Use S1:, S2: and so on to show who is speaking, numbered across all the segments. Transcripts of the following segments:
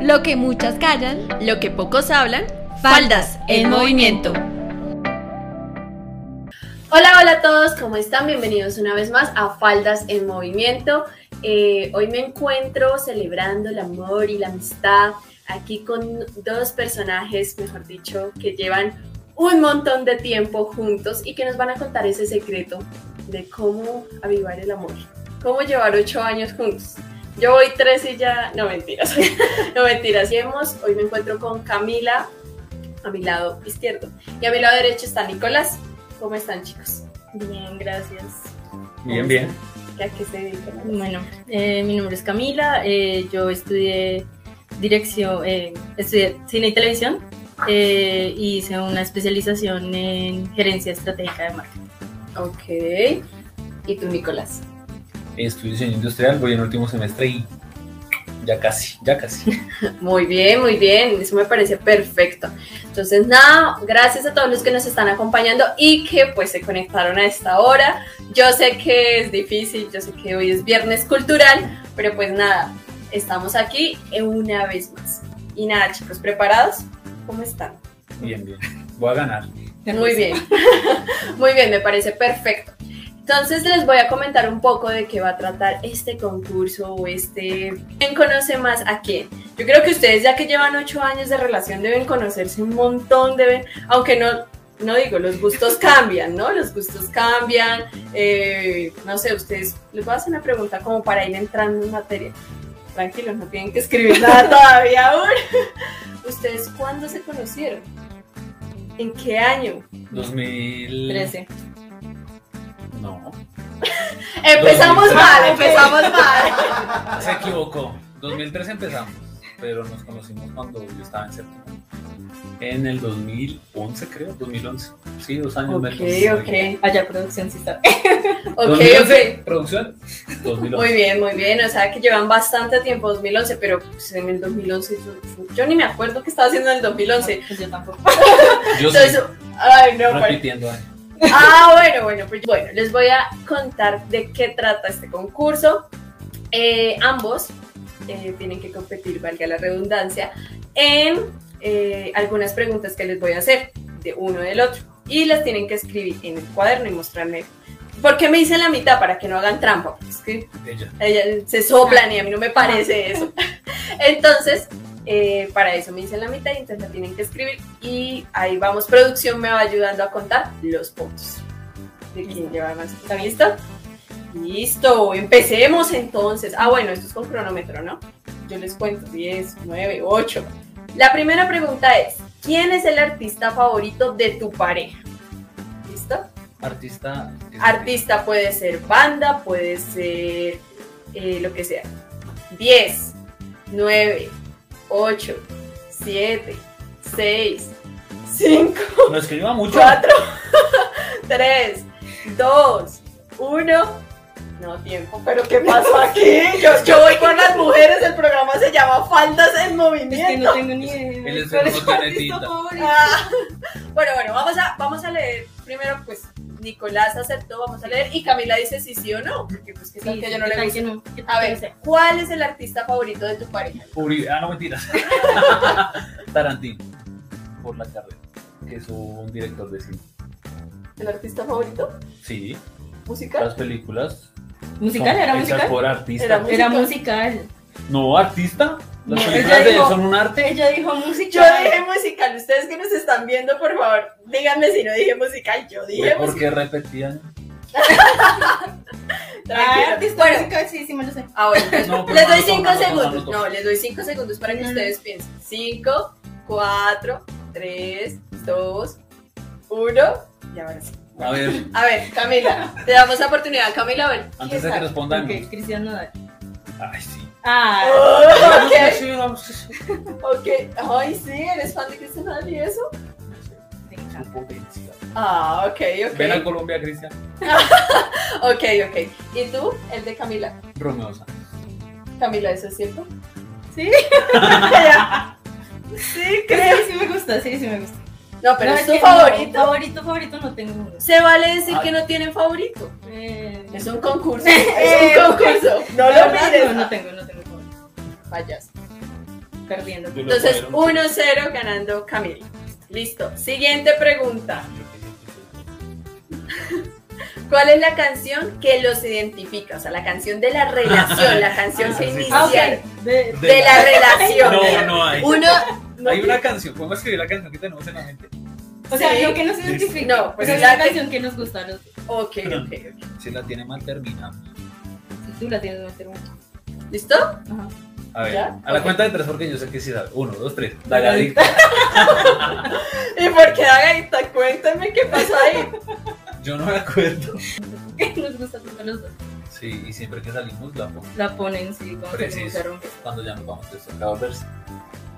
S1: Lo que muchas callan,
S2: Lo que pocos hablan,
S1: Faldas en movimiento.
S2: Hola, hola a todos, ¿cómo están? Bienvenidos una vez más a Faldas en Movimiento. Eh, hoy me encuentro celebrando el amor y la amistad aquí con dos personajes, mejor dicho, que llevan un montón de tiempo juntos y que nos van a contar ese secreto de cómo avivar el amor, cómo llevar ocho años juntos. Yo voy tres y ya, no mentiras, no mentiras. Y hemos- hoy me encuentro con Camila a mi lado izquierdo y a mi lado derecho está Nicolás. ¿Cómo están chicos?
S3: Bien, gracias.
S4: Bien, bien.
S2: ¿A qué se dedican?
S3: Bueno, eh, mi nombre es Camila, eh, yo estudié dirección, eh, estudié cine y televisión eh, y hice una especialización en gerencia estratégica de marketing.
S2: Ok. ¿Y tú, Nicolás?
S4: Estudio diseño industrial, voy en último semestre y ya casi, ya casi.
S2: Muy bien, muy bien, eso me parece perfecto. Entonces, nada, gracias a todos los que nos están acompañando y que pues se conectaron a esta hora. Yo sé que es difícil, yo sé que hoy es viernes cultural, pero pues nada, estamos aquí una vez más. Y nada, chicos, ¿preparados? ¿Cómo están?
S4: Bien, bien. Voy a ganar.
S2: Muy bien, muy bien, me parece perfecto. Entonces les voy a comentar un poco de qué va a tratar este concurso o este... ¿Quién conoce más a quién? Yo creo que ustedes ya que llevan ocho años de relación deben conocerse un montón, deben, aunque no, no digo, los gustos cambian, ¿no? Los gustos cambian, eh, no sé, ustedes les voy a hacer una pregunta como para ir entrando en materia. Tranquilos, no tienen que escribir nada todavía aún. ¿Ustedes cuándo se conocieron? ¿En qué año?
S4: 2013.
S3: Trece.
S4: No.
S2: Empezamos
S4: 2013.
S2: mal, empezamos mal.
S4: Se equivocó. 2013 empezamos, pero nos conocimos cuando yo estaba en séptimo. En el 2011, creo, 2011. Sí, dos años
S2: Ok,
S4: menos.
S2: ok,
S3: Allá Ah, producción sí está.
S2: ok,
S4: 2011,
S2: ok.
S4: Producción, 2011.
S2: Muy bien, muy bien. O sea que llevan bastante tiempo, 2011, pero pues, en el 2011 yo, yo- yo ni me acuerdo qué estaba haciendo en el 2011.
S3: Pues yo tampoco.
S4: Yo sí,
S2: Entonces, ay, no, bueno.
S4: repitiendo eh, años.
S2: Ah, bueno, bueno, pues, bueno, les voy a contar de qué trata este concurso. Eh, ambos eh, tienen que competir, valga la redundancia, en eh, algunas preguntas que les voy a hacer de uno del otro y las tienen que escribir en el cuaderno y mostrarme. ¿Por qué me dicen la mitad? Para que no hagan trampa. pues, porque Es que
S4: Ella.
S2: ella- se soplan y a mí no me parece eso. Entonces, eh, para eso me dicen la mitad y entonces la tienen que escribir y ahí vamos. Producción me va ayudando a contar los puntos de quién lleva más. ¿Están listos? Listo, empecemos entonces. Ah, bueno, esto es con cronómetro, ¿no? Yo les cuento 10, 9, 8. La primera pregunta es, ¿quién es el artista favorito de tu pareja? ¿Listo?
S4: Artista. eh,
S2: Artista puede ser banda, puede ser eh, lo que sea. 10, 9, 8, 7, 6, 5,
S4: No es que lleva mucho.
S2: 4, 3, 2, 1. No tiempo, pero ¿qué pasó aquí? Yo, yo voy con las mujeres, el programa se llama Faldas en
S3: Es que
S2: Movimiento.
S3: no tengo ni idea.
S4: Él es
S3: ¿Cuál
S4: el
S3: es
S4: no
S3: tu
S4: tiene
S3: artista
S4: tinta.
S3: favorito?
S2: Ah, bueno, bueno, vamos a, vamos a leer. Primero, pues, Nicolás aceptó, vamos a leer. Y Camila dice si sí o no. Porque, pues, que tal
S3: Sí,
S2: que
S3: sí,
S2: yo no
S3: ¿qué
S2: le
S3: tal
S2: guste.
S3: que no? ¿Qué tal
S2: A
S3: que
S2: ver,
S3: no sé?
S2: ¿cuál es el artista favorito de tu pareja?
S4: Uri- ah, no mentiras. Tarantino, por la carrera, que es un director de cine.
S2: ¿El artista favorito?
S4: Sí,
S2: ¿Musical?
S4: las películas.
S3: ¿Musical?
S4: son
S3: ¿Era
S4: hechas
S3: musical?
S4: por artista.
S2: Era mu-
S3: Era musical.
S4: No, artista. Las
S3: No,
S4: películas
S3: ella
S4: de él
S3: dijo-
S4: son un arte.
S3: Ella dijo
S2: Yo
S3: musical.
S2: dije musical. Ustedes que nos están viendo, por favor, díganme si no dije musical. Yo dije musical.
S4: Porque repetían.
S3: Ay,
S2: Tranquilo.
S3: artista
S2: Bueno,
S3: musical, sí, sí me lo sé.
S2: ah, bueno.
S4: No, pero
S2: Les doy
S4: no, no,
S2: 5
S4: no, no,
S2: segundos.
S4: no,
S2: No, les doy 5 segundos para que
S3: Mm.
S2: ustedes piensen. 5, 4, 3, 2, 1. Y ahora sí.
S4: no. A ver,
S2: A ver, Camila, te damos la oportunidad. Camila, a ver.
S4: antes de
S2: ¿quién
S4: que
S2: sabe?
S4: respondan.
S3: Ok, Cristian Nodal.
S4: Ay, sí.
S3: Ah,
S2: Oh,
S4: Vamos,
S2: ok,
S4: sí, vamos, sí, sí.
S2: ok. Ay, sí, eres fan de Cristian Nodal y eso.
S3: me encanta.
S4: Su potencia.
S2: Ah, ok, ok.
S4: Ven a Colombia, Cristian.
S2: Ok, ok. ¿Y tú? El de Camila.
S4: Romeo Santos.
S2: Camila, ¿eso es cierto?
S3: Sí.
S2: sí,
S3: Sí,
S2: creo.
S3: sí me gusta, sí, sí me gusta.
S2: No, pero
S3: No,
S2: es tu
S3: que no,
S2: favorito.
S3: favorito, favorito no tengo uno.
S2: Se vale decir
S4: Ah.
S2: que no tienen favorito.
S3: Eh,
S2: Es un concurso. Es un concurso. Eh, No
S3: la
S2: lo
S3: verdad,
S2: mires.
S3: No, no tengo, no tengo favorito.
S2: Fallas.
S3: perdiendo.
S4: Yo lo
S2: Entonces,
S4: cuadro.
S2: 1-0 ganando Camilo. Listo. Siguiente pregunta. ¿Cuál es la canción que los identifica? O sea, la canción de la relación, la canción que
S4: Ah, sí.
S3: Ah, ok.
S2: iniciaron.
S3: De-
S2: De la relación.
S4: No, no hay.
S2: Uno, no,
S4: Hay una canción, podemos escribir la canción que tenemos en la mente.
S3: o sea,
S2: Sí.
S3: lo que nos identifica.
S2: No, pues
S3: o sea,
S2: la
S3: la
S2: que-
S3: canción que nos gusta. nos-
S2: Ok, ok, ok.
S4: Si la tiene mal terminamos.
S3: Tú la tienes más hermosa.
S2: ¿Listo?
S3: Ajá.
S4: A ver,
S2: ¿Ya?
S4: a la
S2: Ok.
S4: cuenta de tres porque yo sé que sí sabe. Uno, dos, tres. Dagadicta.
S2: ¿Y por qué Agatha? Cuéntame qué pasó ahí.
S4: Yo no me acuerdo.
S3: Que nos gusta tanto los dos.
S4: Sí, y siempre que salimos la pongo.
S3: La ponen, sí, como que
S4: Preciso.
S3: se rompe.
S4: Cuando ya nos vamos, pues, entonces toca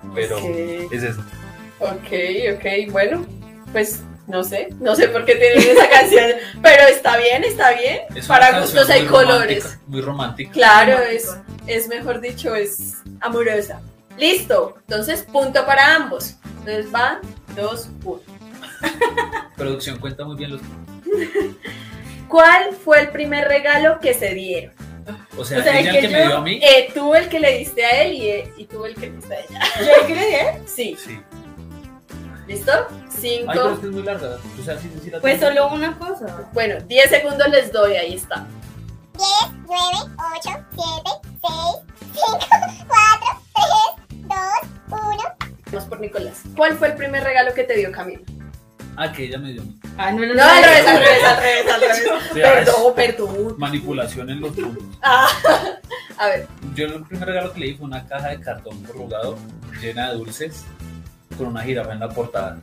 S4: volverse. Pero
S2: Ok,
S4: es eso.
S2: ok, ok, bueno, pues no sé, no sé por qué tienen esa canción, pero está bien, está bien.
S4: Es
S2: Para
S4: una
S2: gustos
S4: canción
S2: hay
S4: muy romántica,
S2: colores.
S4: Muy romántica.
S2: Claro, es, es mejor dicho, es amorosa. Listo, entonces punto para ambos. Entonces van dos, uno.
S4: Producción cuenta muy bien los.
S2: ¿Cuál fue el primer regalo que se dieron?
S4: O sea,
S3: O sea,
S4: ella
S3: que
S4: que, me
S3: yo-
S4: dio a mí.
S2: Eh, tú el que le diste a él y, eh, y tú el que le diste a ella.
S3: ¿Yo qué le dije?
S2: Sí,
S4: Sí.
S2: ¿listo?
S4: Ay, pero es
S2: Cinco.
S4: que es muy larga. O sea, sí, sí, sí la
S3: Pues
S4: tengo.
S3: solo una cosa.
S2: Bueno, diez segundos les doy, ahí está.
S5: 9, 8, 7, 6, 5, 4, 3, 2, 1. Yo
S2: Vamos por Nicolás. ¿Cuál fue el primer regalo que te dio Camila?
S4: Ah, que ella me dio a mí.
S3: Ah, no,
S2: No, al revés, al revés, al revés, al revés.
S4: Ya, es
S2: Perdón, perdón.
S4: Manipulación en los puntos.
S2: Ah, a ver,
S4: Yo el primer regalo que le di fue una caja de cartón corrugado llena de dulces con una jirafa en la portada.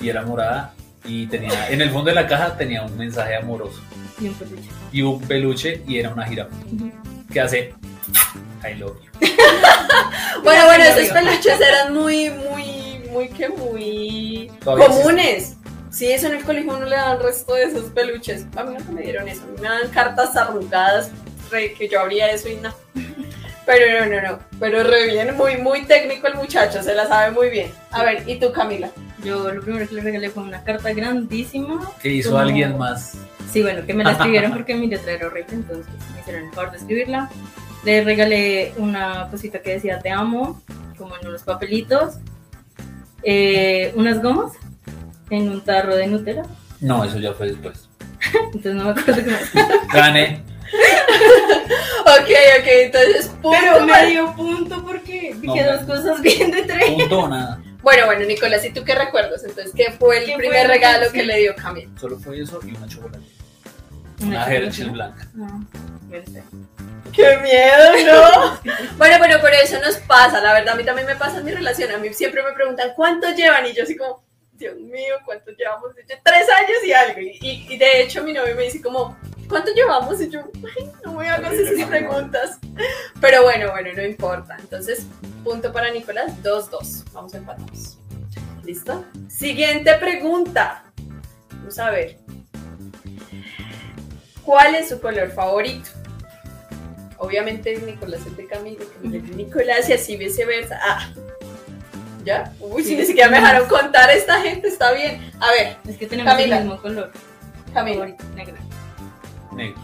S4: Y era morada y tenía, en el fondo de la caja tenía un mensaje amoroso
S3: Siempre dicho.
S4: y un peluche y era una jirafa. ¿Qué hace? I love you.
S2: bueno, bueno,
S3: Ya,
S2: esos
S3: ya, ya.
S2: peluches eran muy, muy, muy que muy
S4: Todavía
S2: comunes. Sí, eso en el colegio no le dan resto de esos peluches. A mí nunca me dieron eso, a mí me dan cartas arrugadas re, que yo abría eso y no. Pero no, no, no, pero re bien, muy, muy técnico el muchacho, se la sabe muy bien. A ver, ¿y tú Camila?
S3: Yo lo primero que le regalé fue una carta grandísima.
S4: ¿Qué hizo
S3: Como-
S4: alguien más?
S3: Sí, bueno, que me la escribieron porque mi letra era horrible, entonces me hicieron el favor de escribirla. Le regalé una cosita que decía te amo, como en unos papelitos, eh, unas gomas en un tarro de Nutella,
S4: No, eso ya fue después.
S3: entonces no me acuerdo qué más.
S4: Gané.
S2: Ok, ok, entonces, punto
S3: Pero
S2: para-
S3: me dio punto porque
S4: No,
S3: dije dos
S4: man.
S3: cosas bien de tres.
S4: Punto o nada.
S2: Bueno, bueno, Nicolás, ¿y tú qué recuerdas? Entonces, ¿qué fue el
S3: ¿Qué
S2: primer
S3: fue?
S2: regalo que
S3: Sí.
S2: le dio Camila?
S4: Solo fue eso y una chocolate. Una Herschel blanca.
S3: No, Ah, bueno, está bien.
S2: ¡Qué miedo, no! bueno, bueno, pero eso nos pasa, la verdad, a mí también me pasa en mi relación, a mí siempre me preguntan cuánto llevan y yo así como, Dios mío, ¿cuánto llevamos? Y yo, tres años y algo, y, y- y de hecho mi novio me dice como, ¿cuánto llevamos? Y yo, "Ay, no me hagas esas preguntas. Pero bueno, bueno, no importa. Entonces, punto para Nicolás, 2-2, vamos empatados. ¿Listo? Siguiente pregunta. Vamos a ver. ¿Cuál es su color favorito? Obviamente Nicolás es de Camilo, Camilo es de Nicolás y así viceversa. Ah. ¿Ya? Uy, si ni siquiera me dejaron contar esta gente, está bien. A ver,
S3: Es que tenemos
S2: Camila.
S3: el mismo color.
S2: Camilo.
S3: favorito, negro.
S4: Negro.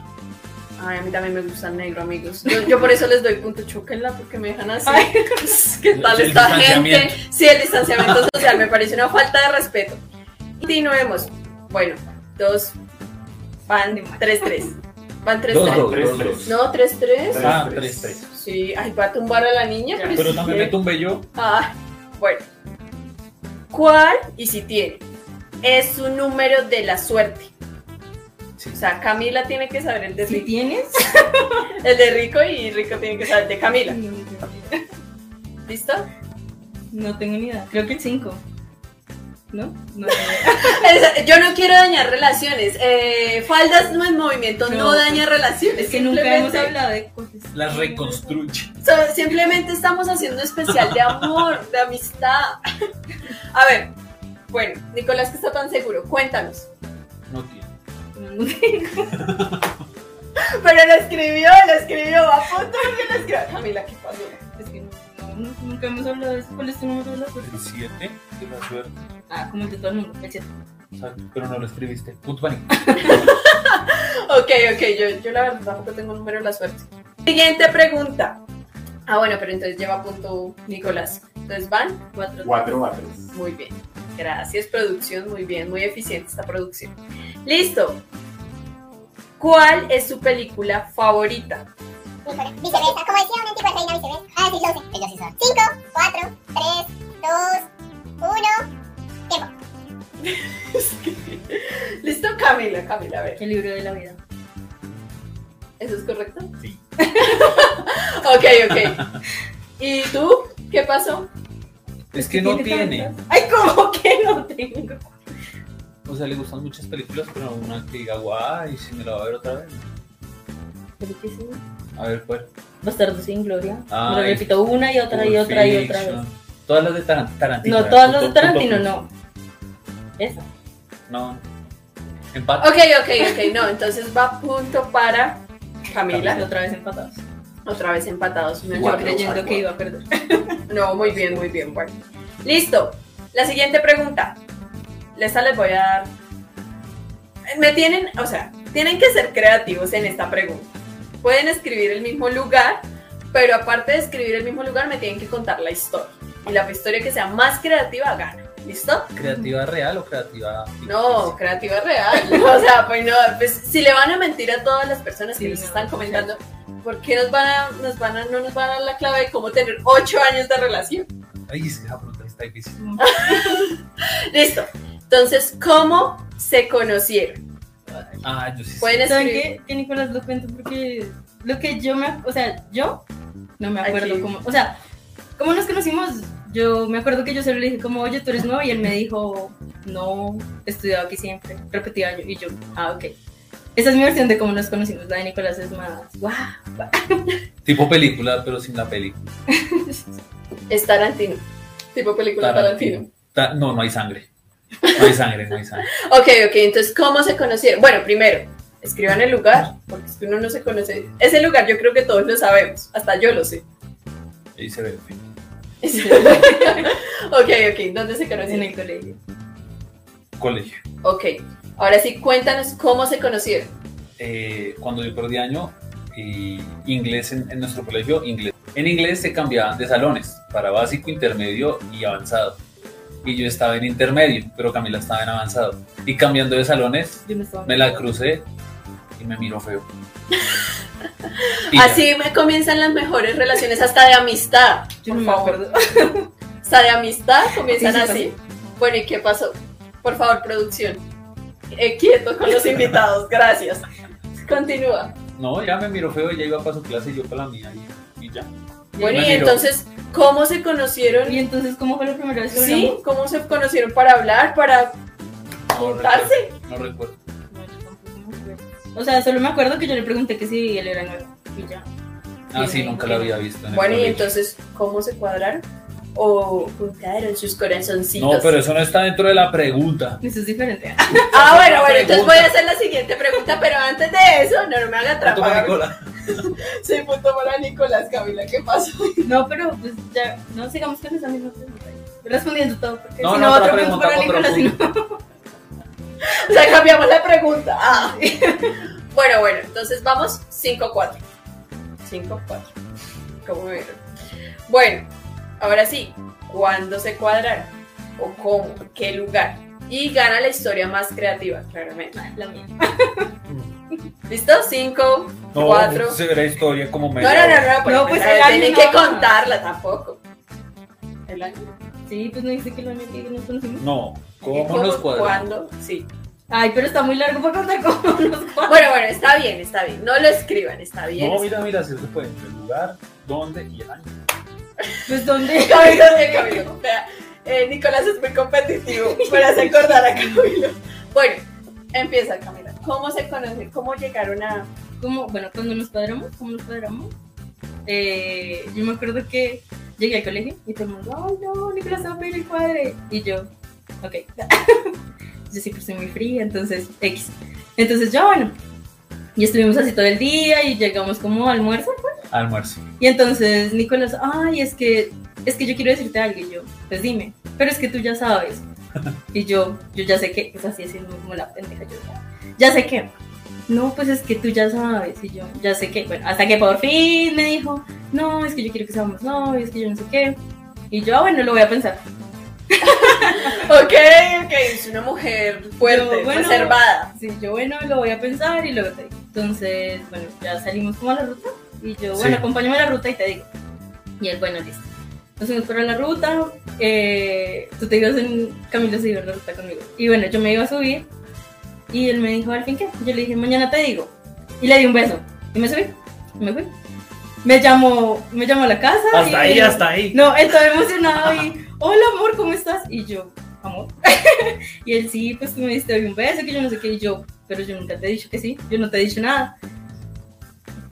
S2: Ay, a mí también me gusta el negro, amigos. Yo, yo por eso les doy punto choquenla, porque me dejan así.
S3: Ay.
S2: ¿Qué tal
S4: El
S2: esta gente?
S4: distanciamiento.
S2: Sí, el distanciamiento social me parece una falta de respeto. Continuemos. Bueno, dos. Van
S3: De mal.
S2: 3-3. Van 3-3.
S4: Dos, dos,
S6: tres,
S4: dos, dos.
S6: tres.
S2: No, 3-3.
S4: Ah,
S6: Tres,
S4: tres,
S6: tres.
S4: tres.
S2: Sí, ay, va a tumbar a la niña. Pero,
S4: Pero
S2: sí
S4: también
S2: es.
S4: me tumbé yo.
S2: Ah, bueno. ¿Cuál y si tiene? Es su número de la suerte.
S4: Sí.
S2: O sea, Camila tiene que saber el de
S3: Si
S2: Rico,
S3: tienes,
S2: el de Rico y Rico tiene que saber el de Camila. ¿Listo?
S3: no tengo ni idea. Creo que el 5. ¿No? No.
S2: Es- Yo no quiero dañar relaciones. Eh, faldas no en movimiento, no,
S3: No, pues,
S2: daña relaciones.
S3: Es que nunca hemos
S2: simplemente-
S3: hablado de cosas.
S4: Las reconstruye.
S2: So- simplemente estamos haciendo especial de amor, de amistad. A ver, bueno, Nicolás que está tan seguro, cuéntanos.
S4: No tiene.
S2: Pero lo escribió, lo escribió, a punto porque lo escribió. Camila, ¿qué pasó?
S3: Es que no, no, no, nunca hemos hablado de eso. ¿Cuál es tu número de la suerte?
S4: El 7 de la suerte.
S3: Ah, como el de todo el mundo. El siete.
S4: Exacto, Pero no lo escribiste. Punto para mí.
S2: Ok, ok, yo, yo la verdad tampoco tengo un número de la suerte. Siguiente pregunta. Ah, bueno, pero entonces lleva punto Nicolás. Entonces van cuatro.
S6: Cuatro a tres.
S2: Muy bien. Gracias, producción. Muy bien, muy eficiente esta producción. Listo. ¿Cuál es su película favorita?
S5: Nicolás. Viceversa. Como decía una antigua reina viceversa. Ah, sí, lo sé. Ellos sí saben. Cinco, cuatro, tres, dos, uno.
S2: Listo, Camila, Camila, a ver.
S3: El libro de la vida.
S2: ¿Eso es correcto?
S4: Sí.
S2: ok, ok. ¿Y tú? ¿Qué pasó?
S4: Es que no tiene.
S3: tantas. Ay, ¿cómo que no tengo?
S4: O sea, le gustan muchas películas, pero una que diga, guay, si me la va a ver otra vez.
S3: Creo que sí.
S4: A ver, pues. ¿cuál?
S3: Bastardo sin gloria.
S4: Ay.
S3: Me lo repito una y otra y
S4: Pulp
S3: otra y otra vez.
S4: Fiction. Todas las de Taran- Tarantino.
S3: No,
S4: eh,
S3: todas
S4: punto,
S3: las de
S4: punto,
S3: Tarantino
S4: punto.
S3: no. Esa.
S4: No. Empate.
S2: Ok, ok, ok. No, entonces va punto para Camila.
S3: La otra vez empatados.
S2: Otra vez empatados. Me
S3: Yo
S6: Cuatro,
S3: creyendo
S6: cuatro.
S3: que iba a perder.
S2: No, muy bien, muy bien. Bueno. Listo. La siguiente pregunta. Esta les voy a dar. Me tienen, o sea, tienen que ser creativos en esta pregunta. Pueden escribir el mismo lugar, pero aparte de escribir el mismo lugar, me tienen que contar la historia. Y la historia que sea más creativa gana. ¿Listo?
S4: ¿Creativa real o creativa ficticia?
S2: No, creativa real. O sea, pues no, pues si le van a mentir a todas las personas que
S3: Sí,
S2: nos
S3: no,
S2: están comentando, ¿por qué nos van a, nos van a, no nos van a dar la clave de cómo tener ocho años de relación?
S4: Ay, es que esa pregunta está difícil.
S2: Listo. Entonces, ¿cómo se conocieron?
S4: Ah, yo sí. sé.
S2: Pueden
S3: ¿Saben
S2: escribir.
S3: qué? Que Nicolás lo cuento porque lo que yo me. O sea, yo no me acuerdo
S2: Aquí.
S3: cómo. O sea, ¿cómo nos conocimos? Yo me acuerdo que yo solo le dije, como, oye, tú eres nuevo. Y él me dijo, no, he estudiado aquí siempre, repetí año. Y yo, ah, ok. Esa es mi versión de cómo nos conocimos. La de Nicolás es más. ¡Guau!
S4: Tipo película, pero sin la película.
S2: Es Tarantino. Tipo película Tarantino.
S4: Ta- no, no hay sangre. No hay sangre, no hay sangre.
S2: Ok, ok. Entonces, ¿cómo se conocieron? Bueno, primero, escriban el lugar, porque es que uno no se conoce. Ese lugar yo creo que todos lo sabemos. Hasta yo lo sé.
S4: Ahí se ve. en fin.
S2: ok, ok. ¿Dónde se
S3: En el
S2: conocieron?
S3: colegio.
S4: Colegio.
S2: Ok. Ahora sí, cuéntanos cómo se conocieron.
S4: eh, cuando yo perdí año y inglés en, en nuestro colegio, inglés. En inglés se cambiaban de salones para básico, intermedio y avanzado. Y yo estaba en intermedio, pero Camila estaba en avanzado. Y cambiando de salones,
S3: Yo no estaba.
S4: me la crucé y me miró feo. Y ya.
S2: Así me comienzan las mejores relaciones, hasta de amistad. por
S3: Yo no me
S2: favor.
S3: acuerdo.
S2: sea, de amistad comienzan
S3: Sí, sí,
S2: así. Bueno, ¿y qué pasó? Por favor, producción. Eh, quieto con los invitados, gracias. Continúa.
S4: No, ya me miró feo, ya iba para su clase y yo para la mía. Y, y ya.
S2: Bueno,
S4: Me
S2: y
S4: miró.
S2: entonces, ¿cómo se conocieron?
S3: Y entonces, ¿cómo fue la primera vez que
S2: Sí,
S3: hablamos?
S2: ¿cómo se conocieron para hablar, para
S4: No
S2: juntarse?
S4: recuerdo, no recuerdo.
S3: No, yo tampoco me acuerdo. O sea, solo me acuerdo que yo le pregunté que si él era nuevo. Y ya.
S4: Ah, sí,
S3: Bien,
S4: nunca
S3: bien.
S4: la había visto. En el
S2: Bueno, y
S4: colegio.
S2: entonces, ¿cómo se cuadraron? ¿O juntaron sus corazoncitos?
S4: No, pero eso no está dentro de la pregunta.
S3: Eso es diferente.
S2: Ah, bueno, bueno, entonces
S4: Pregunta.
S2: voy a hacer la siguiente pregunta, pero antes de eso, no, no me haga
S4: Punto para
S2: trampa.
S4: Nicolás.
S2: Sí, punto para Nicolás, Camila, ¿qué pasó?
S3: No, pero pues ya, no sigamos con esa misma pregunta. Estoy Respondiendo todo, porque
S4: No,
S3: si
S4: no,
S3: no,
S4: otra
S3: otro punto
S4: pregunta,
S3: para
S4: otro
S3: Nicolás, si no.
S2: O sea, cambiamos la pregunta. Ah. Bueno, bueno, entonces vamos 5-4. 5-4. ¿Cómo vieron? Bueno, ahora sí, ¿cuándo se cuadraron? ¿O cómo? ¿Qué lugar? Y gana la historia más creativa, claramente.
S3: La mía.
S2: ¿Listo? 5.
S4: No,
S2: Cuatro.
S4: será historia como
S2: No,
S4: media
S2: no, no,
S4: hora.
S2: no, pero
S3: No, pues
S2: a ver,
S3: el año
S2: tienen
S3: no.
S2: que contarla tampoco. ¿El año?
S3: Sí, pues no dice que el año que nos conocimos.
S4: No, ¿cómo nos cuadramos?
S2: ¿Cuándo? Sí.
S3: Ay, pero está muy largo para contar cómo nos cuadra.
S2: Bueno, bueno, está bien, está bien. No lo escriban, está bien.
S4: No, mira, mira, si se puede. El lugar, dónde y el año.
S3: Pues dónde.
S2: Camilo, eh, Camilo. vea, eh, Nicolás es muy competitivo. Me hace acordar a Camilo. Bueno, empieza Camila. ¿Cómo se conocen? ¿Cómo llegaron a.?
S3: ¿Cómo? Bueno, cuando nos cuadramos, ¿cómo nos cuadramos? Eh, yo me acuerdo que llegué al colegio y todo el mundo, ay no, Nicolás se va a pedir el cuadre. Y yo, ok. yo siempre soy muy fría, entonces, X. Entonces yo, "Ah, bueno. Y estuvimos así todo el día y llegamos como a almuerzo.
S4: Almuerzo.
S3: Y entonces Nicolás, ay, es que, es que yo quiero decirte algo. Y yo, pues dime, pero es que tú ya sabes. Y yo, yo ya sé que, pues así es como la pendeja, yo ya, ya sé que. no, pues es que tú ya sabes, y yo ya sé que, bueno, hasta que por fin me dijo, no, es que yo quiero que seamos novios, es que yo no sé qué. Y yo, ah, bueno, lo voy a pensar.
S2: Ok, ok, es una mujer fuerte,
S3: Yo, bueno,
S2: reservada.
S3: Sí, yo, bueno, lo voy a pensar y luego te digo. Entonces, bueno, ya salimos como a la ruta y yo,
S4: Sí.
S3: bueno, acompáñame a la ruta y te digo. Y él, bueno, listo. Nos fuimos por la ruta, eh, tú te ibas en, Camilo se iba en la ruta conmigo. Y bueno, yo me iba a subir y él me dijo, al fin, ¿qué? Yo le dije, mañana te digo. Y le di un beso y me subí, y me fui. Me llamó, me llamó a la casa. y
S6: Hasta ahí,
S3: me-
S6: hasta ahí.
S3: no, él estaba emocionado y, hola amor, ¿cómo estás? Y yo, amor. y él, sí, pues tú me diste hoy un beso, que yo no sé qué. Y yo, pero yo nunca te he dicho que sí, yo no te he dicho nada.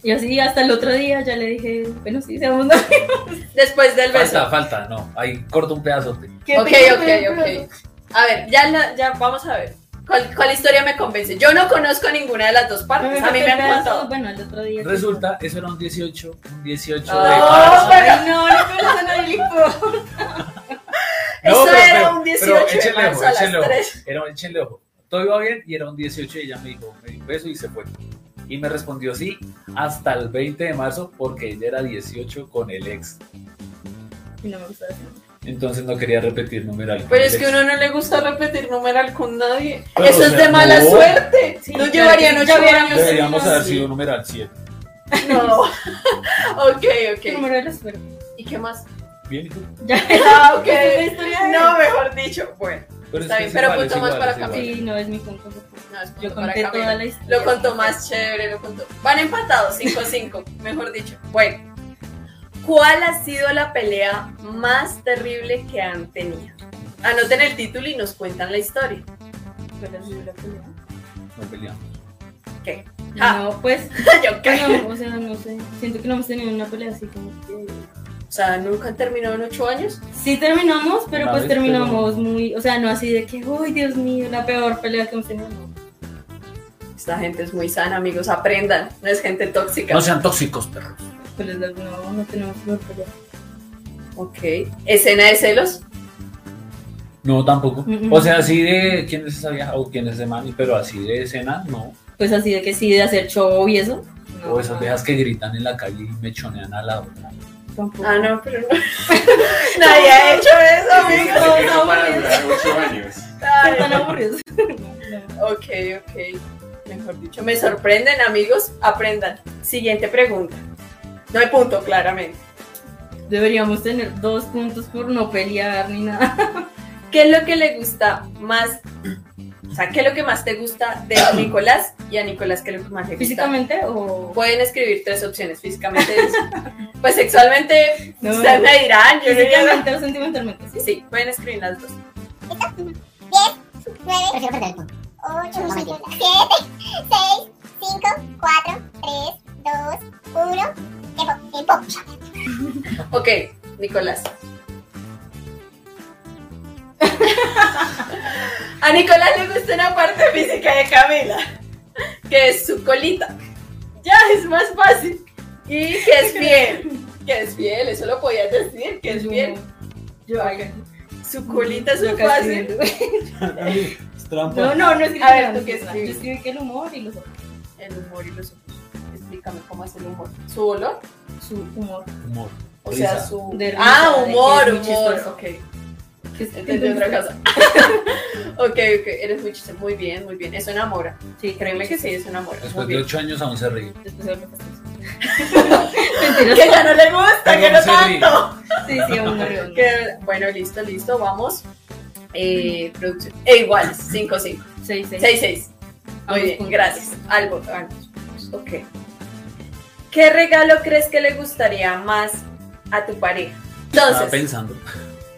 S3: Y así hasta el otro día ya le dije, bueno, sí, seamos novios.
S2: Después del beso.
S4: Falta, falta, no. Ahí corta un pedazote.
S3: ¿Qué
S2: Ok,
S3: te-
S2: ok, ok. A ver, ya, la- ya vamos a ver. ¿Cuál, cuál historia me convence? Yo no conozco ninguna de las dos partes. A mí me han contado.
S3: Bueno, el otro día. sí.
S4: Resulta, eso era un 18, un 18 de
S2: Ay,
S4: marzo.
S3: Ay, no, no, pero eso no le importa.
S2: Eso
S4: pero-
S2: era
S4: pero-
S2: un
S4: pero
S2: 18 de
S4: échenle
S2: marzo
S4: ojo,
S2: a las
S4: échenle ojo.
S2: tres.
S4: Era un échenle ojo. Todo iba bien y era un 18 y ella me dijo, me dio un beso y se fue. Y me respondió sí hasta el 20 de marzo porque ella era 18 con el ex.
S3: Y no me gusta eso.
S4: Entonces no quería repetir numeral. con
S2: Pero
S4: el
S2: es que
S4: ex.
S2: uno no le gusta repetir numeral con nadie.
S6: Pero,
S2: Eso
S6: o
S2: es
S6: sea,
S2: de mala
S4: no.
S2: suerte.
S3: Sí,
S2: no
S3: claro,
S2: llevarían
S3: ya
S2: ocho
S3: hubiéramos-
S2: años.
S4: Deberíamos
S3: sí,
S4: haber
S3: sí.
S4: sido numeral 7.
S2: No. ok,
S3: ¿Qué
S2: ok.
S3: número de la suerte?
S2: ¿Y qué más?
S4: Bien, ¿y tú?
S3: Ya.
S2: Ah, ok.
S3: Esa es la historia de-
S2: No, mejor dicho. Bueno,
S4: Pero
S2: Está
S4: es que
S2: bien,
S4: es
S2: pero
S4: igual,
S2: punto
S4: es
S2: más
S4: igual,
S2: para
S4: es igual.
S3: Sí, no, es mi punto. porque
S2: no, es punto
S3: Yo
S2: para
S3: conté
S2: Camila.
S3: toda la historia.
S2: Lo contó más chévere, lo contó. Van empatados, 5-5, mejor dicho. Bueno, ¿cuál ha sido la pelea más terrible que han tenido? Anoten el título y nos cuentan la historia.
S3: Pero sí, la primera.
S4: No peleamos.
S2: Ah.
S3: No, pues
S2: Yo creo.
S3: No, o sea, no sé. Siento que no hemos tenido una pelea así como que.
S2: O sea, nunca han terminado en 8 años.
S3: Sí terminamos, pero
S4: Una
S3: pues
S4: vez,
S3: terminamos muy. O sea, no así de que, uy, Dios mío, la peor pelea que hemos tenido. no.
S2: Esta gente es muy sana, amigos, aprendan. No es gente tóxica.
S4: No sean tóxicos, perros.
S3: Pero es la- no, no tenemos peor pelea.
S2: Ok. Escena de celos.
S4: No, tampoco.
S3: Mm-mm.
S4: O sea, así de quién es esa vieja o quién es ese man, pero así de escena, no.
S3: Pues así de que sí, de hacer show y eso. No,
S4: O esas viejas que gritan en la calle y mechonean a la otra.
S3: Tampoco.
S2: Ah, no, pero no. Nadie ha hecho eso, amigos.
S3: No,
S7: Que
S3: no,
S7: no para
S3: aburridos.
S7: durar ocho años.
S2: Ay,
S3: Tan aburridos. No.
S2: Ok, ok. Mejor dicho, me sorprenden, amigos. Aprendan. Siguiente pregunta. No hay punto, claramente.
S3: Deberíamos tener dos puntos por no pelear ni nada.
S2: ¿Qué es lo que le gusta más? O sea, ¿qué es lo que más te gusta de Nicolás? Y a Nicolás, ¿qué es lo que más le gusta?
S3: Físicamente o.
S2: Pueden escribir tres opciones. Físicamente, es- pues sexualmente,
S3: No.
S2: ustedes me dirán. Yo no diría
S3: Físicamente o sentimentalmente.
S2: nada.
S3: Sí.
S2: Sí, pueden escribir las dos.
S5: Prefiero perder el punto. 8, 7, 6, 5, 4, 3, 2, 1. Tiempo, tiempo.
S2: Ok, Nicolás. A Nicolás le gusta una parte física de Camila, que es su colita. Ya es más fácil. Y que es fiel. Que es fiel, eso lo podías decir, que es fiel.
S3: Yo, ay,
S2: Su colita es
S3: yo
S2: muy
S3: casi
S2: fácil.
S3: no.
S4: Es trampa.
S3: No, no, no escribí
S2: A ver,
S3: nada,
S2: ¿tú qué
S3: no, no,
S2: escribes?
S3: Yo escribí que el humor y los
S2: El humor y los ojos. Explícame cómo es el humor. ¿Su olor?
S3: su humor.
S4: Humor.
S2: O sea,
S4: risa.
S2: su.
S3: De risa,
S2: ah,
S3: de que
S2: humor,
S3: es muy
S2: humor.
S3: chistoso.
S2: Ok,
S3: Que es-
S2: entendí otra cosa. ok, ok, eres muy chistoso. Muy bien, muy bien. Eso enamora.
S3: Sí,
S2: Créeme que sí, es un amor. Muy
S4: Después de
S2: bien.
S4: ocho años aún se ríe.
S3: Después de verme casarse. Mentiras.
S2: Que ya no le gusta, que no
S4: Perdón, Siri.
S2: tanto.
S3: Sí, sí, aún no veo, no.
S2: Que- bueno, listo, listo, vamos. Eh, producción. Eh, igual, 5, 5,
S3: Seis, seis.
S2: 6, 6. Muy
S3: Ambos
S2: bien,
S3: puntos.
S2: gracias. Algo, ambos puntos. Ok. ¿Qué regalo crees que le gustaría más a tu pareja?
S4: Ah, Estaba
S2: Entonces,
S4: pensando.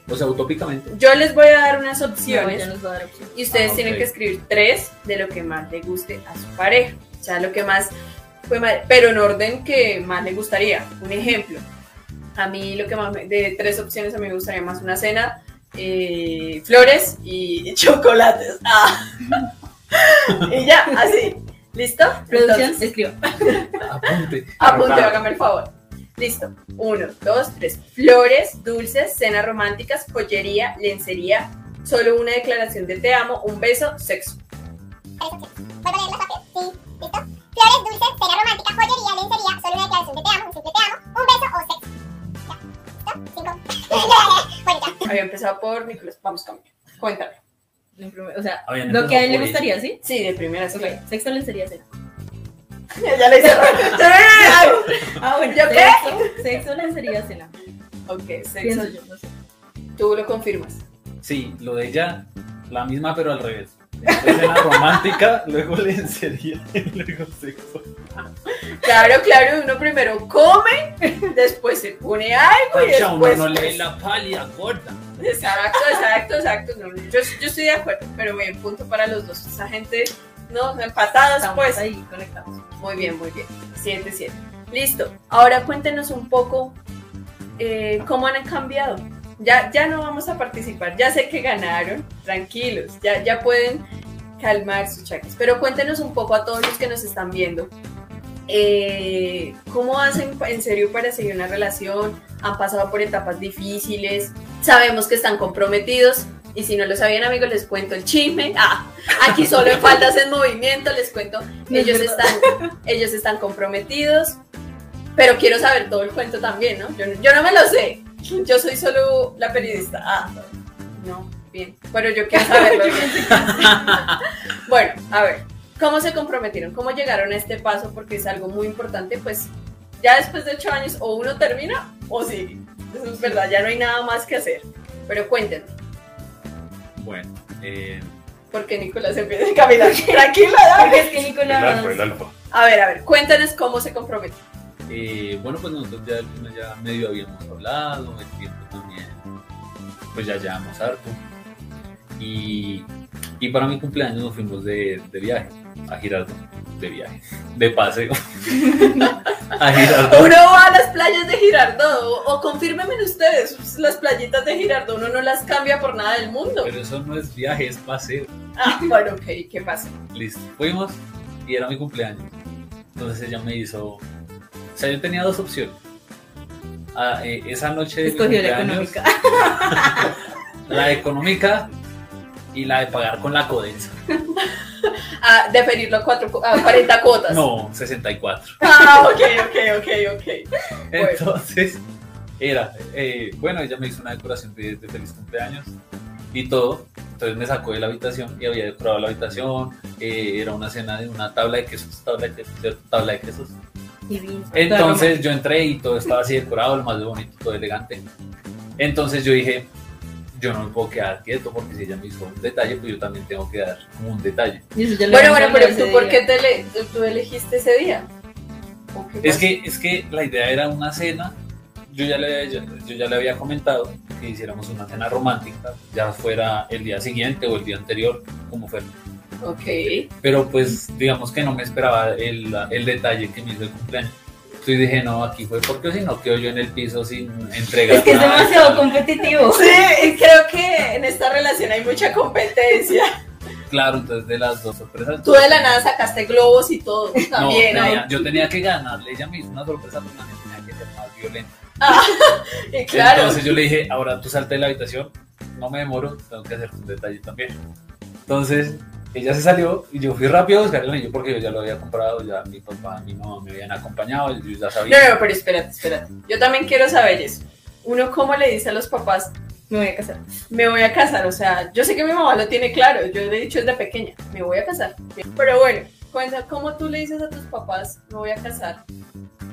S4: O sea, utópicamente.
S2: yo les voy a dar unas
S3: No, ya
S2: opciones
S3: nos va a dar opción.
S2: y ustedes
S4: Ah,
S2: tienen
S4: ok.
S2: que escribir tres de lo que más le guste a su pareja. O sea, lo que más fue mal- pero en orden que más le gustaría. Un ejemplo, a mí lo que más me- de tres opciones a mí me gustaría más una cena, eh, flores y chocolates. Ah. y ya, así. ¿Listo?
S3: Producción,
S2: Entonces,
S3: escriba.
S4: Apunte.
S2: Apunte,
S7: Anotado.
S2: hágame el favor. Listo. Uno, dos, tres. Flores, dulces, cenas románticas, joyería, lencería, solo una declaración de te amo, un beso, sexo.
S5: Tres opciones. ¿Voy a leerlas rápido? Sí. ¿Listo? simple te amo, un simple te amo, un beso o sexo. Ya, ¿listo? Cinco. bueno, ya.
S2: Había empezado por Nicolás. Vamos, Camila. Cuéntame.
S3: O sea,
S4: Habían
S3: lo que a él le
S4: empezado por
S3: gustaría, ¿sí?
S2: Sí, de primera sí.
S3: Ok, sexo le gustaría hacer.
S2: Ya le hice.
S3: Ah, bueno.
S2: ¿Yo qué? Pues,
S3: Sexo, sexo le gustaría cena.
S2: ok, sexo.
S3: Pienso yo, no sé.
S2: Tú lo confirmas.
S4: Sí, lo de ella, la misma pero al revés. Después escena romántica, luego lencería y luego sexo.
S2: Claro, claro, uno primero come, después se pone algo y
S4: Ay, ya uno
S2: después... pues
S4: no le
S3: pues.
S4: ve la pálida corta.
S2: Exacto, exacto, exacto. No, yo, yo estoy de acuerdo, pero bien, punto para los dos. Esa gente, no, empatados
S3: Estamos
S2: pues.
S3: ahí conectados.
S2: Muy bien, muy bien. Siete, siete. Listo. Ahora cuéntenos un poco eh, cómo han cambiado. Ya, ya no vamos a participar. Ya sé que ganaron. Tranquilos. Ya, ya pueden calmar sus chakras. Pero cuéntenos un poco a todos los que nos están viendo. eh, ¿Cómo hacen en serio para seguir una relación? ¿Han pasado por etapas difíciles? Sabemos que están comprometidos. Y si no lo sabían, amigos, les cuento el chisme. Ah, aquí solo en faldas en movimiento les cuento.
S3: No es
S2: Ellos
S3: verdad.
S2: están ellos están comprometidos, pero quiero saber todo el cuento también, ¿no? Yo, yo no me lo sé, yo soy solo la periodista. Ah, no, bien, pero yo quiero saberlo. bueno, a ver, ¿cómo se comprometieron? ¿Cómo llegaron a este paso? Porque es algo muy importante, pues ya después de ocho años o uno termina o sigue. Eso es verdad, ya no hay nada más que hacer. Pero cuéntenme,
S4: Bueno, eh,
S2: ¿por qué Nicolás empieza a caminar? Tranquila, dale.
S3: Porque es que Nicolás.
S2: A ver, a ver, cuéntanos cómo se comprometieron.
S4: eh, bueno, pues nosotros ya, del tema ya medio habíamos hablado, el tiempo también, pues ya llevamos harto. Y, y para mi cumpleaños nos fuimos de, de viaje, a Girardot, de viaje, de paseo, a Girardot.
S2: Uno va a las playas de Girardot, o, o confírmenme ustedes, las playitas de Girardot uno no las cambia por nada del mundo.
S4: Pero eso no es viaje, es paseo.
S2: Ah, bueno, ok, ¿qué pasa?
S4: Listo, fuimos y era mi cumpleaños. Entonces ella me hizo. O sea, yo tenía dos opciones. Ah, eh, esa noche de mi
S3: Escogió la
S4: cumpleaños,
S3: económica.
S4: la económica y la de pagar con la codensa.
S2: Ah, deferirlo a, cuatro, cu- a 40 cuotas.
S4: No, 64.
S2: Ah, ok, ok, ok, ok.
S4: Entonces, era, eh, bueno, ella me hizo una decoración de, de feliz cumpleaños y todo. Entonces me sacó de la habitación y había decorado la habitación. eh, era una cena de una tabla de quesos, tabla de quesos, ¿cierto? tabla de quesos.
S3: Divino.
S4: Entonces yo entré y todo estaba así decorado, lo más de bonito, todo elegante. Entonces yo dije, yo no me puedo quedar quieto porque si ella me hizo un detalle, pues yo también tengo que dar como un detalle.
S3: Y eso ya lo
S2: Bueno,
S3: habíamos
S2: bueno,
S3: hablado
S2: pero
S3: ese
S2: ¿tú por
S3: día.
S2: qué te le- tú- tú elegiste ese día? ¿O qué
S4: Es
S2: pasó?
S4: que, es que la idea era una cena, yo ya, le, había- yo, yo ya le había comentado que hiciéramos una cena romántica, ya fuera el día siguiente o el día anterior, como fuera.
S2: Ok.
S4: Pero pues digamos que no me esperaba el, el detalle que me hizo el cumpleaños. Entonces dije, no, aquí fue porque si no quedo yo en el piso sin entregar.
S3: Es que es
S4: nada.
S3: demasiado competitivo.
S2: Sí, y creo que en esta relación hay mucha competencia.
S4: Claro, entonces de las dos sorpresas.
S2: Tú de la nada sacaste globos y todo.
S4: No,
S2: También, ¿no?
S4: tenía- yo tenía que ganarle, ella me hizo una sorpresa, pero también tenía que ser más violenta.
S2: Y claro.
S4: Entonces yo le dije, ahora tú salte de la habitación, no me demoro, tengo que hacer un detalle también. Entonces ella se salió y yo fui rápido a buscar el anillo porque yo ya lo había comprado, ya mi papá, mi mamá me habían acompañado, yo ya
S2: No,
S4: sabía.
S2: no, pero espérate, espérate. Yo también quiero saber eso. Uno, ¿cómo le dice a los papás,
S3: Me voy a casar.
S2: me voy a casar? O sea, yo sé que mi mamá lo tiene claro, yo le he dicho desde pequeña, me voy a casar. Pero bueno, cuenta, ¿cómo tú le dices a tus papás, me voy a casar?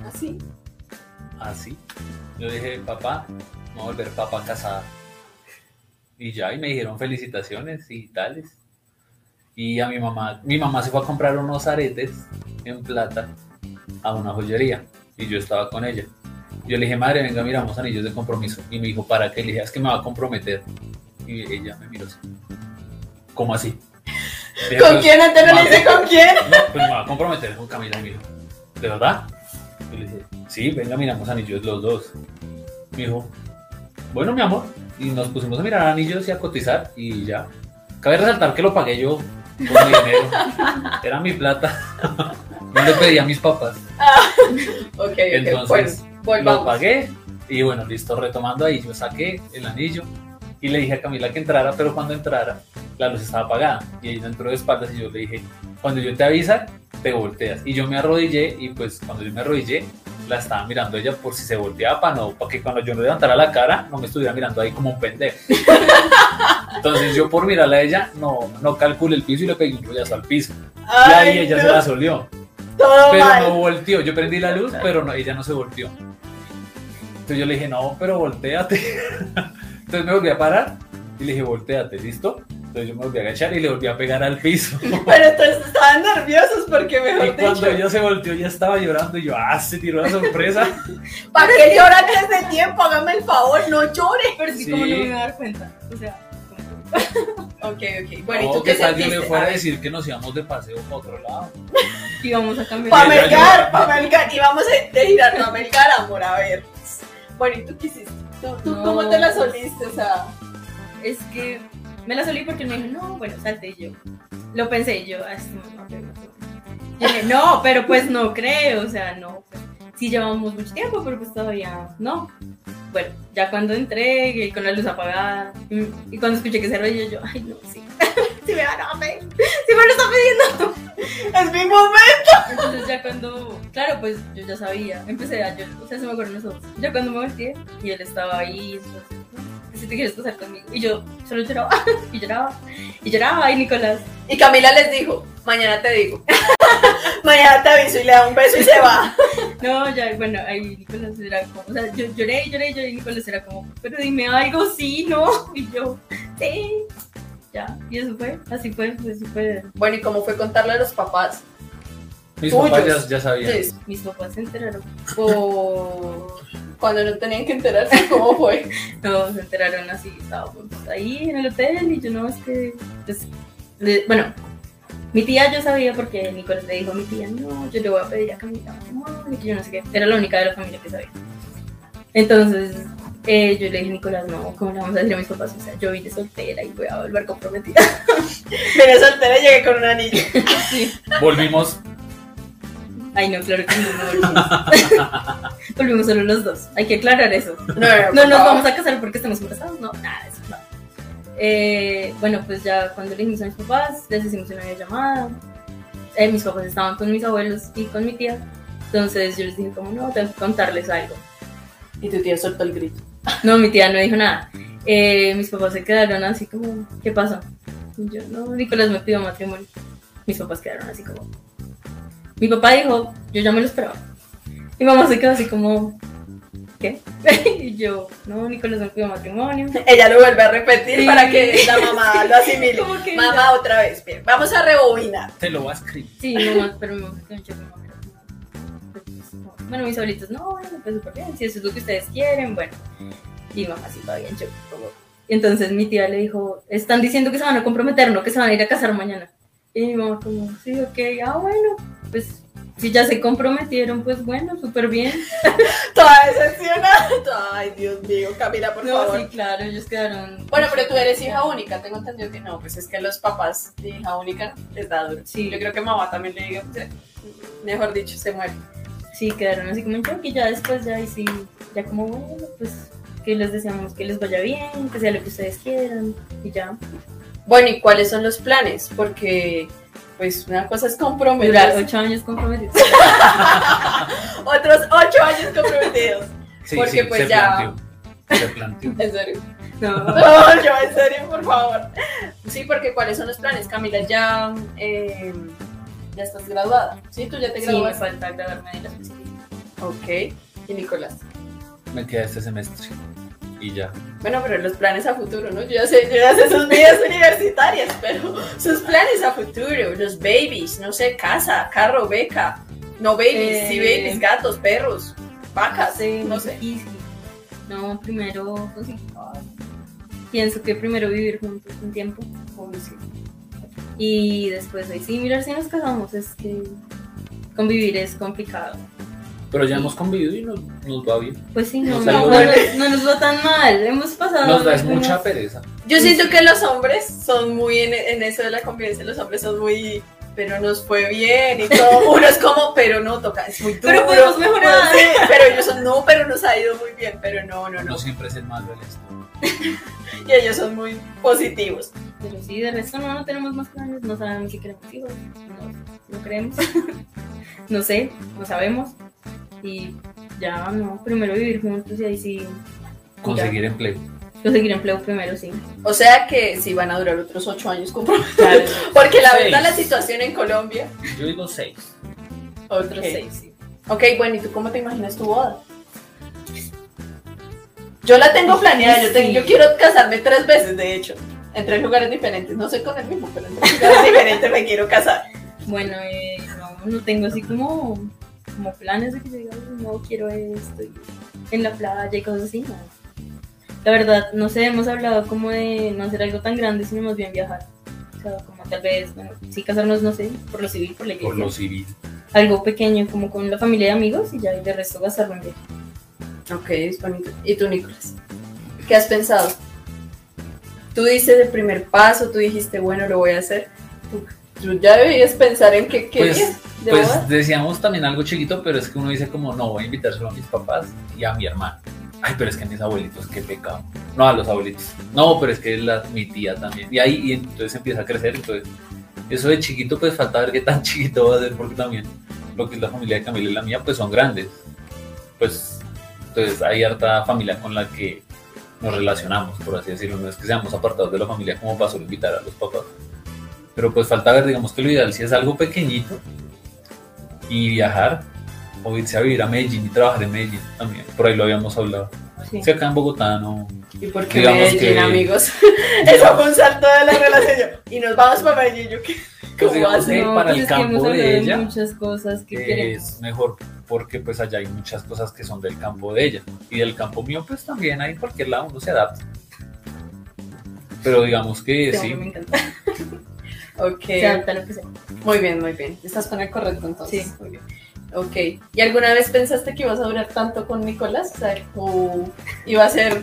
S2: Así.
S4: Así. Ah, Yo dije, papá, me voy a volver papá casada. Y ya, y me dijeron felicitaciones y tales. Y a mi mamá, mi mamá se fue a comprar unos aretes en plata a una joyería. Y yo estaba con ella. Yo le dije, madre, venga, miramos anillos de compromiso. Y me dijo, ¿para qué? Le dije, "Ah, es que me va a comprometer. Y ella me miró así. ¿Cómo así? Le dije,
S2: ¿Con
S4: "Pues,
S2: quién? Antes no le
S4: mamá".
S2: dice con quién.
S4: No, pues me va a comprometer con Camila y me dijo, ¿de verdad? Y le dije, sí, venga, miramos anillos los dos. Me dijo, bueno, mi amor. Y nos pusimos a mirar anillos y a cotizar y ya. Cabe resaltar que lo pagué yo con mi dinero. Era mi plata. No le pedí a mis papás.
S2: Ok, ok,
S4: Entonces,
S2: bueno,
S4: Lo
S2: volvamos.
S4: pagué y bueno, listo, retomando ahí, yo saqué el anillo y le dije a Camila que entrara, pero cuando entrara, la luz estaba apagada y ella entró de espaldas y yo le dije, cuando yo te avisa, te volteas. Y yo me arrodillé y pues cuando yo me arrodillé, la estaba mirando ella por si se volteaba para no, para que cuando yo no levantara la cara no me estuviera mirando ahí como un pendejo. Entonces yo por mirarla a ella no, no calculé el piso y le pegué un rollazo al piso. Y ahí ella se la solió.
S2: Todo
S4: Pero
S2: mal.
S4: no volteó. Yo prendí la luz, pero no, ella no se volteó. Entonces yo le dije, no, pero volteate. Entonces me volví a parar y le dije, volteate, ¿listo? Entonces yo me volví a agachar y le volví a pegar al piso.
S2: Pero entonces estaban nerviosos porque
S4: Y
S2: mejor
S4: cuando
S2: dicho,
S4: ella se volteó, ya estaba llorando. Y yo, ah, se tiró la sorpresa.
S2: ¿para qué lloran desde tiempo? Hágame el favor, no llores.
S3: Pero es que
S4: Sí.
S3: como no me iba a dar cuenta. O sea,
S2: Ok, ok. Bueno, ¿y
S4: No,
S2: tú
S4: que
S2: qué
S4: tal yo me
S2: sentiste?
S4: fuera a
S2: A ver,
S4: decir que nos íbamos de paseo para otro lado.
S3: íbamos a cambiar.
S2: Pa'
S4: Pamela. Ella Ah.
S2: Melgar,
S4: llora.
S2: pa' Melgar. Y vamos a de girarnos a Melgar, amor, a ver. Bueno, ¿y tú qué hiciste? ¿Tú, tú
S3: No.
S2: cómo te la soliste? O sea,
S3: Es que me la solí porque él me dijo, no, bueno, salte y yo. Lo pensé y yo, "Ah, este man no creo, no creo". Yo dije, no, pero pues no creo, o sea, no. pues, sí llevamos mucho tiempo, pero pues todavía no. Bueno, ya cuando entré, y con la luz apagada, y y cuando escuché que se reía, yo, ay, no, sí. sí me van a pedir, sí me lo están pidiendo.
S2: es mi momento.
S3: Entonces ya cuando, claro, pues yo ya sabía, empecé a, yo, o sea, se me acuerdan los ojos. Ya cuando me volteé y él estaba ahí, entonces, "No, si te quieres casar conmigo. Y yo solo lloraba, y lloraba, y lloraba, y Nicolás.
S2: Y Camila les dijo, mañana te digo. mañana te aviso y le da un beso y se va.
S3: No, ya, bueno, ahí Nicolás era como, o sea, yo lloré, lloré, lloré, y Nicolás era como, pero dime algo, sí, no. Y yo, sí. Ya, y eso fue, así fue, fue súper.
S2: Bueno, ¿y cómo fue contarle a los papás?
S4: Mis
S2: Tuyos.
S4: papás ya, ya sabían.
S2: Sí.
S3: Mis papás se enteraron.
S2: O cuando no tenían que enterarse cómo fue.
S3: Todos se enteraron así, estábamos ahí en el hotel y yo no, es que... pues, le- bueno, mi tía yo sabía porque Nicolás le dijo a mi tía, no, yo le voy a pedir a Camila matrimonio, que yo no sé qué. Era la única de la familia que sabía. Entonces eh, yo le dije a Nicolás, no, ¿cómo le vamos a decir a mis papás? O sea, yo vine soltera y voy a volver comprometida.
S2: Vine soltera y llegué con un anillo.
S4: Volvimos.
S3: Ay, no, claro que no, no volvimos. volvimos solo los dos. Hay que aclarar eso.
S2: No,
S3: No nos vamos a casar porque estamos embarazados, no, nada, de eso no. Eh, bueno, pues ya cuando le dijimos a mis papás, les hicimos una llamada. mis papás estaban con mis abuelos y con mi tía. Entonces yo les dije, como no, tengo que contarles algo.
S2: Y tu tía soltó el grito.
S3: No, mi tía no dijo nada. Eh, mis papás se quedaron así como, ¿qué pasó? Y yo, no, Nicolás me pidió matrimonio. Mis papás quedaron así como. Mi papá dijo, yo ya me lo esperaba. Mi mamá se quedó así como, ¿qué? y yo, no, Nicolás me pidió matrimonio.
S2: Ella lo vuelve a repetir
S3: Sí.
S2: para que la mamá lo asimile.
S3: Como que
S2: Mamá,
S3: ya.
S2: otra vez. Bien, vamos a rebobinar.
S4: Te lo vas a escribir.
S3: Sí, mi mamá, pero mi mamá quedó en shock, mi mamá era como, "Pero, pues, no". Bueno, mis abuelitos, no, bueno, pues súper bien, si eso es lo que ustedes quieren, bueno. Y mi mamá sí todavía en shock, como- Y entonces mi tía le dijo, están diciendo que se van a comprometer, no que se van a ir a casar mañana. Y mi mamá como, sí, ok, ah, bueno, pues si ya se comprometieron, pues bueno, súper bien.
S2: Toda decepcionada. Ay, Dios mío, Camila, por
S3: No,
S2: favor.
S3: sí, claro, ellos quedaron...
S2: Bueno, pero tú eres hija única, tengo entendido que no, pues es que los papás de hija única les da duro.
S3: Sí.
S2: Yo creo que mamá también le diga, pues, eh, mejor dicho, se muere.
S3: Sí, quedaron así como en shock y ya después ya y sí, ya como bueno, pues que les deseamos que les vaya bien, que sea lo que ustedes quieran y ya.
S2: Bueno, ¿y cuáles son los planes? Porque, pues, una cosa es
S3: Durar
S2: comprometerse,
S3: ocho años comprometidos.
S2: otros ocho años comprometidos.
S4: Sí,
S2: Porque,
S4: sí,
S2: pues,
S4: se
S2: ya.
S4: planteó. Se planteó.
S2: ¿En serio?
S3: No,
S2: No, yo, en serio, por favor. Sí, porque ¿cuáles son los planes? Camila, ya, eh, ya estás graduada. Sí, tú ya te
S3: sí, me
S2: graduaste.
S3: falta grabarme de la especialidad.
S2: Ok. Y Nicolás.
S4: Me queda este semestre. Y ya.
S2: Bueno, pero los planes a futuro, ¿no? Yo ya sé, yo ya sé sus vidas universitarias, pero sus planes a futuro, los babies, no sé, casa, carro, beca, no babies,
S3: Eh.
S2: sí babies, gatos, perros, vacas, no sé.
S3: y sí. No, primero, pues, sí. Pienso que primero vivir juntos un tiempo. Y después ahí sí, mirar si nos casamos, es que convivir es complicado.
S4: Pero ya hemos convivido y nos, nos va bien.
S3: Pues sí, no,
S4: Nos
S3: no,
S4: salió
S3: no
S4: bien.
S3: nos- no nos va tan mal. Hemos pasado.
S4: Nos da es
S3: algunas-
S4: mucha pereza.
S2: Yo siento que los hombres son muy en, en eso de la convivencia, los hombres son muy, pero nos fue bien y todo. Uno es como, pero no toca, es muy duro.
S3: Pero podemos mejorar.
S2: Sí, pero ellos son, no, pero nos ha ido muy bien, pero no, no, no.
S4: No siempre es el malo el esto.
S2: Y ellos son muy positivos.
S3: Pero sí, de resto no, no tenemos más planes, no sabemos si queremos hijos, no, no creemos, no sé, no sabemos. Y ya no, primero vivir juntos y ahí sí
S4: Conseguir empleo.
S3: conseguir empleo primero, sí.
S2: O sea que si van a durar otros ocho años comprometidos.
S3: Claro.
S2: Porque la
S4: Seis.
S2: verdad la situación en Colombia,
S4: Yo digo seis.
S2: otros
S3: Ok.
S2: seis, sí. Ok, bueno, ¿y tú cómo te imaginas tu boda? Yo la tengo planeada, yo, te-
S3: Sí.
S2: yo quiero casarme tres veces, de hecho, en tres lugares diferentes. No sé con el mismo, pero en tres lugares diferentes me quiero casar.
S3: Bueno, eh, no, no tengo así como, como planes de que yo diga, "Uy, no quiero esto, y en la playa y cosas así, no. La verdad, no sé, hemos hablado como de no hacer algo tan grande, sino más bien viajar. O sea, como tal vez, bueno, sí casarnos, no sé, por lo civil, por la iglesia.
S4: Por lo civil.
S3: Algo pequeño, como con la familia y amigos, y ya, y de resto gastarlo en viaje.
S2: Ok, es bonito. ¿Y tú, Nicolás? ¿Qué has pensado? Tú dices el primer paso, tú dijiste, bueno, lo voy a hacer. Tú, tú ya deberías pensar en qué querías de boda.
S4: Pues decíamos también algo chiquito, pero es que uno dice como, no, voy a invitar solo a mis papás y a mi hermano. Ay, pero es que a mis abuelitos, qué pecado. No, a los abuelitos. No, pero es que la, mi tía también. Y ahí y entonces empieza a crecer. Entonces, eso de chiquito, pues falta ver qué tan chiquito va a ser, porque también lo que es la familia de Camila y la mía, pues son grandes. Pues, entonces hay harta familia con la que nos relacionamos, por así decirlo. No es que seamos apartados de la familia como para solo invitar a los papás. Pero pues falta ver, digamos que lo ideal si es algo pequeñito, y viajar o irse a vivir a Medellín y trabajar en Medellín también. Por ahí lo habíamos hablado.
S3: Sí.
S4: Si acá en Bogotá no.
S2: ¿Y por qué
S4: digamos
S2: Medellín,
S4: que-
S2: amigos? Eso fue un salto de la relación. Yo, Y nos vamos para Medellín. Yo, ¿qué? ¿Cómo
S4: Pues digamos
S2: hace?
S4: que
S3: No,
S4: para
S3: pues
S4: el
S3: es que hemos
S4: campo
S3: hablado
S4: de ella eh,
S3: muchas cosas que
S4: es
S3: queremos.
S4: mejor porque pues allá hay muchas cosas que son del campo de ella y del campo mío pues también hay en cualquier lado uno se adapta. Pero digamos que
S3: Este
S4: sí,
S3: hombre me encanta.
S2: Ok.
S3: Se adapta a lo que sea.
S2: Muy bien, muy bien. Estás con el correcto entonces.
S3: Sí.
S2: Muy bien. Ok. ¿Y alguna vez pensaste que ibas a durar tanto con Nicolás? O sea, o iba a ser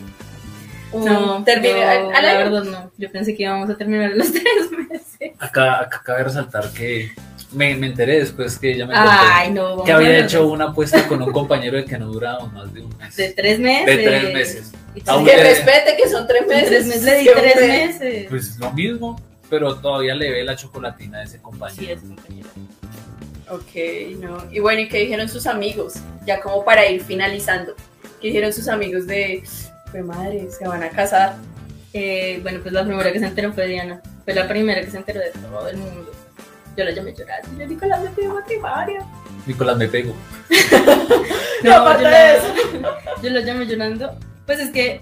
S2: un
S3: No,
S2: término
S3: yo,
S2: al- al
S3: la
S2: año?
S3: verdad no. Yo pensé que íbamos a terminar los tres meses.
S4: acá, acá cabe resaltar que me, me enteré después que ella me contó
S3: Ay, no. vamos
S4: que
S3: a
S4: había
S3: hablar
S4: hecho una apuesta con un compañero de que no durábamos más de un mes.
S3: De tres meses.
S4: De tres meses.
S3: Y
S4: Ah,
S3: tres-
S2: Que
S4: Eh,
S2: respete que son tres meses.
S3: tres meses. Le di
S2: que
S3: tres
S2: hombre.
S3: meses.
S4: Pues lo mismo, pero todavía le ve la chocolatina de ese
S3: Sí,
S4: compañero.
S3: es compañera.
S2: Ok, no. Y bueno, ¿y qué dijeron sus amigos? Ya como para ir finalizando. ¿Qué dijeron sus amigos de, pues madre, se van a casar?
S3: Eh, bueno, pues la primera que se enteró fue Diana. Fue la primera que se enteró de todo el mundo. Yo la llamé llorando. Yo, Nicolás, me pidió matrimonio.
S4: Nicolás me pegó.
S2: No, aparte
S3: yo
S2: de
S3: yo la llamé llorando. Pues es que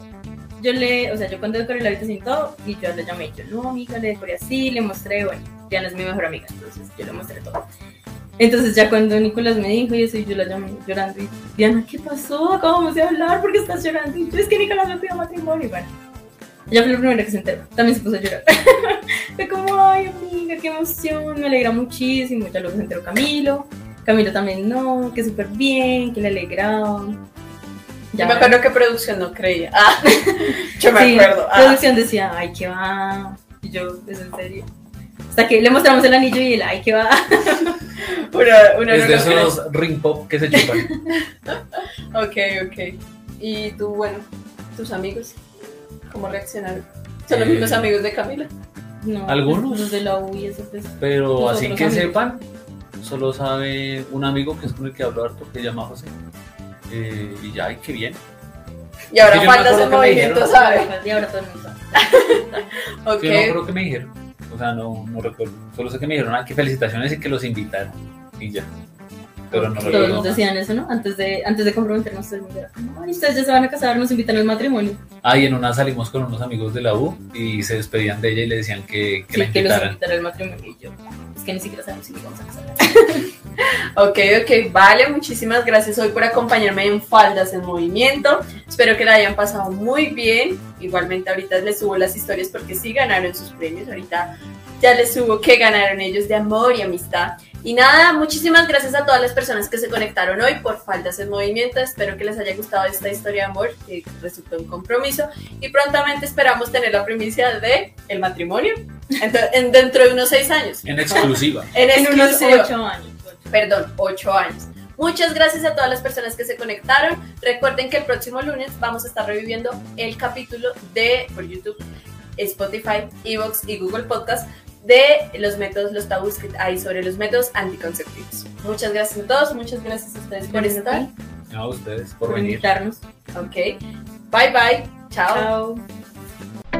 S3: yo le, o sea, yo cuando decoré la habitación y todo, y yo la llamé, yo no, amiga, le decoré así, le mostré, bueno, Diana es mi mejor amiga, entonces yo le mostré todo. Entonces ya cuando Nicolás me dijo y eso, y yo la llamé llorando, y Diana, ¿qué pasó? Acabamos de hablar, ¿por qué estás llorando? Y yo, es que Nicolás me pidió matrimonio, y bueno. Ella fue la primera que se enteró, también se puso a llorar. fue como, ay, amiga, qué emoción, me alegra muchísimo, ya luego se enteró Camilo. Camilo también, no, que súper bien, que le alegraba.
S2: Yo me acuerdo que producción no creía. Ah, yo me
S3: Sí,
S2: acuerdo. Ah.
S3: producción decía, ay, qué va. Y yo, es en serio. Hasta que le mostramos el anillo y el, ay, qué va.
S2: Una, una
S4: Es de
S2: no lo
S4: esos ring pop que se chupan.
S2: cree. Ok, ok. Y tú, bueno, tus amigos, ¿cómo reaccionaron? Son los mismos
S4: Eh.
S2: amigos de Camila.
S3: No,
S4: Algunos.
S3: Los de la U y eso, pues.
S4: Pero
S3: Los
S4: así
S3: otros
S4: que
S3: amigos.
S4: sepan, solo sabe un amigo que es con el que hablo harto, que se llama José. Eh, y ya, ay, qué bien.
S2: Y ahora
S4: Sí, yo me
S2: faltas
S4: acuerdo
S2: en
S4: que me
S2: movimiento,
S4: dijeron.
S2: ¿sabes?
S3: Y ahora todo el mundo sabe.
S2: Ok.
S4: Yo no creo que me dijeron. O sea, no, no recuerdo. Solo sé que me dijeron, ah, que felicitaciones y que los invitaron. Y ya. Pero no
S3: Todos
S4: recuerdo.
S3: nos
S4: más.
S3: decían eso, ¿no? Antes de, antes de comprometernos, todo el mundo era como, ay, ustedes ya se van a casar, nos invitan al matrimonio.
S4: Ah, y en una salimos con unos amigos de la U y se despedían de ella y le decían que, que la
S3: sí, que los
S4: invitaran.
S3: invitan al matrimonio. Y yo, es que ni siquiera sabemos si nos vamos a casar.
S2: Ok, ok, vale, muchísimas gracias hoy por acompañarme en Faldas en Movimiento. Espero que la hayan pasado muy bien. Igualmente ahorita les subo las historias porque sí ganaron sus premios. Ahorita ya les subo que ganaron ellos de amor y amistad. Y nada, muchísimas gracias a todas las personas que se conectaron hoy por Faldas en Movimiento. Espero que les haya gustado esta historia de amor que resultó un compromiso. Y prontamente esperamos tener la primicia de el matrimonio Ento- en- dentro de unos seis años.
S4: En exclusiva.
S3: En unos
S2: exclusiva
S3: ocho años. ocho.
S2: perdón, 8 años. Muchas gracias a todas las personas que se conectaron. Recuerden que el próximo lunes vamos a estar reviviendo el capítulo de por YouTube, Spotify, Evox y Google Podcast de los métodos, los tabús que hay sobre los métodos anticonceptivos. Muchas gracias a todos, muchas gracias a ustedes por
S3: Gracias a
S2: estar.
S3: ti.
S4: No, a ustedes por
S3: por
S4: venir.
S3: invitarnos.
S2: Ok. Bye bye. Chao.
S3: Chao.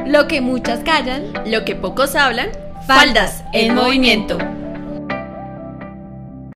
S1: Lo que muchas callan,
S2: Lo que pocos hablan.
S1: faldas en movimiento.